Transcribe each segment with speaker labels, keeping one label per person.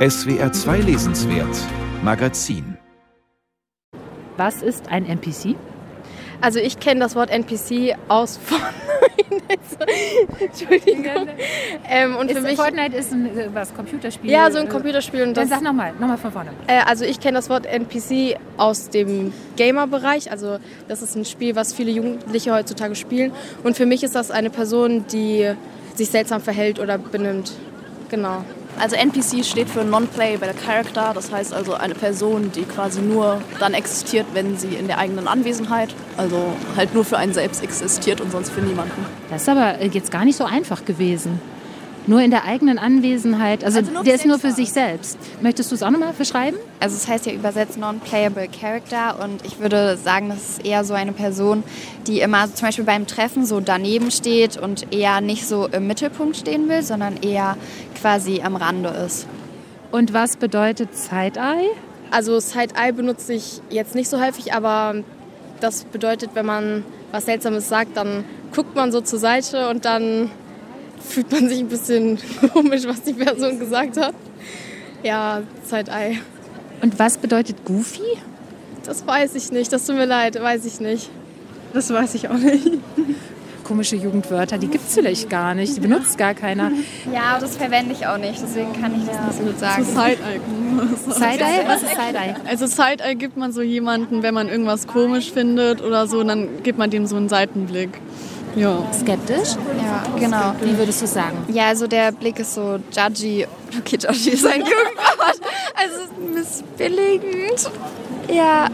Speaker 1: SWR 2 Lesenswert Magazin.
Speaker 2: Was ist ein NPC?
Speaker 3: Also ich kenne das Wort NPC aus Fortnite. Entschuldigung. Ähm, und
Speaker 2: Ist,
Speaker 3: für mich,
Speaker 2: Fortnite ist ein äh, was, Computerspiel?
Speaker 3: ja, so ein
Speaker 2: äh,
Speaker 3: Computerspiel und
Speaker 2: Dann
Speaker 3: das.
Speaker 2: sag nochmal, nochmal von vorne.
Speaker 3: Äh, also ich kenne das Wort NPC aus dem Gamer-Bereich. Also das ist ein Spiel, was viele Jugendliche heutzutage spielen. Und für mich ist das eine Person, die sich seltsam verhält oder benimmt. Genau.
Speaker 4: Also NPC steht für Non-Playable Character, das heißt also eine Person, die quasi nur dann existiert, wenn sie in der eigenen Anwesenheit, also halt nur für einen selbst existiert und sonst für niemanden.
Speaker 2: Das ist aber äh, jetzt gar nicht so einfach gewesen. Nur in der eigenen Anwesenheit, also,
Speaker 4: Also nur
Speaker 2: der
Speaker 4: für
Speaker 2: ist nur für
Speaker 4: selbst
Speaker 2: sich selbst. Möchtest du es auch nochmal beschreiben?
Speaker 5: Also es heißt ja übersetzt Non-Playable Character und ich würde sagen, das ist eher so eine Person, die immer so zum Beispiel beim Treffen so daneben steht und eher nicht so im Mittelpunkt stehen will, sondern eher quasi am Rande ist.
Speaker 2: Und was bedeutet Side-Eye?
Speaker 3: Also Side-Eye benutze ich jetzt nicht so häufig, aber das bedeutet, wenn man was Seltsames sagt, dann guckt man so zur Seite und dann fühlt man sich ein bisschen komisch, was die Person gesagt hat. Ja, Side-Eye.
Speaker 2: Und was bedeutet Goofy?
Speaker 3: Das weiß ich nicht, das tut mir leid, weiß ich nicht.
Speaker 6: Das weiß ich auch nicht.
Speaker 2: Komische Jugendwörter, die gibt es vielleicht gar nicht, die benutzt gar keiner.
Speaker 5: Ja, das verwende ich auch nicht, deswegen kann ich das nicht so gut sagen.
Speaker 6: Side-Eye.
Speaker 2: Side-Eye? Was ist Side-Eye?
Speaker 6: Also Side-Eye gibt man so jemanden, wenn man irgendwas komisch findet oder so, dann gibt man dem so einen Seitenblick. Ja.
Speaker 2: Skeptisch?
Speaker 5: Ja, genau.
Speaker 2: Wie würdest du sagen?
Speaker 5: Ja, also der Blick ist so judgy. Okay, judgy ist ein Jugendwort. Also es ist missbilligend. Ja.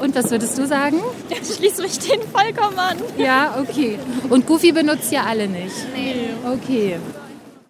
Speaker 2: Und was würdest du sagen?
Speaker 5: Schließ mich den vollkommen an.
Speaker 2: Ja, okay. Und Goofy benutzt ja alle nicht. Nee. Okay.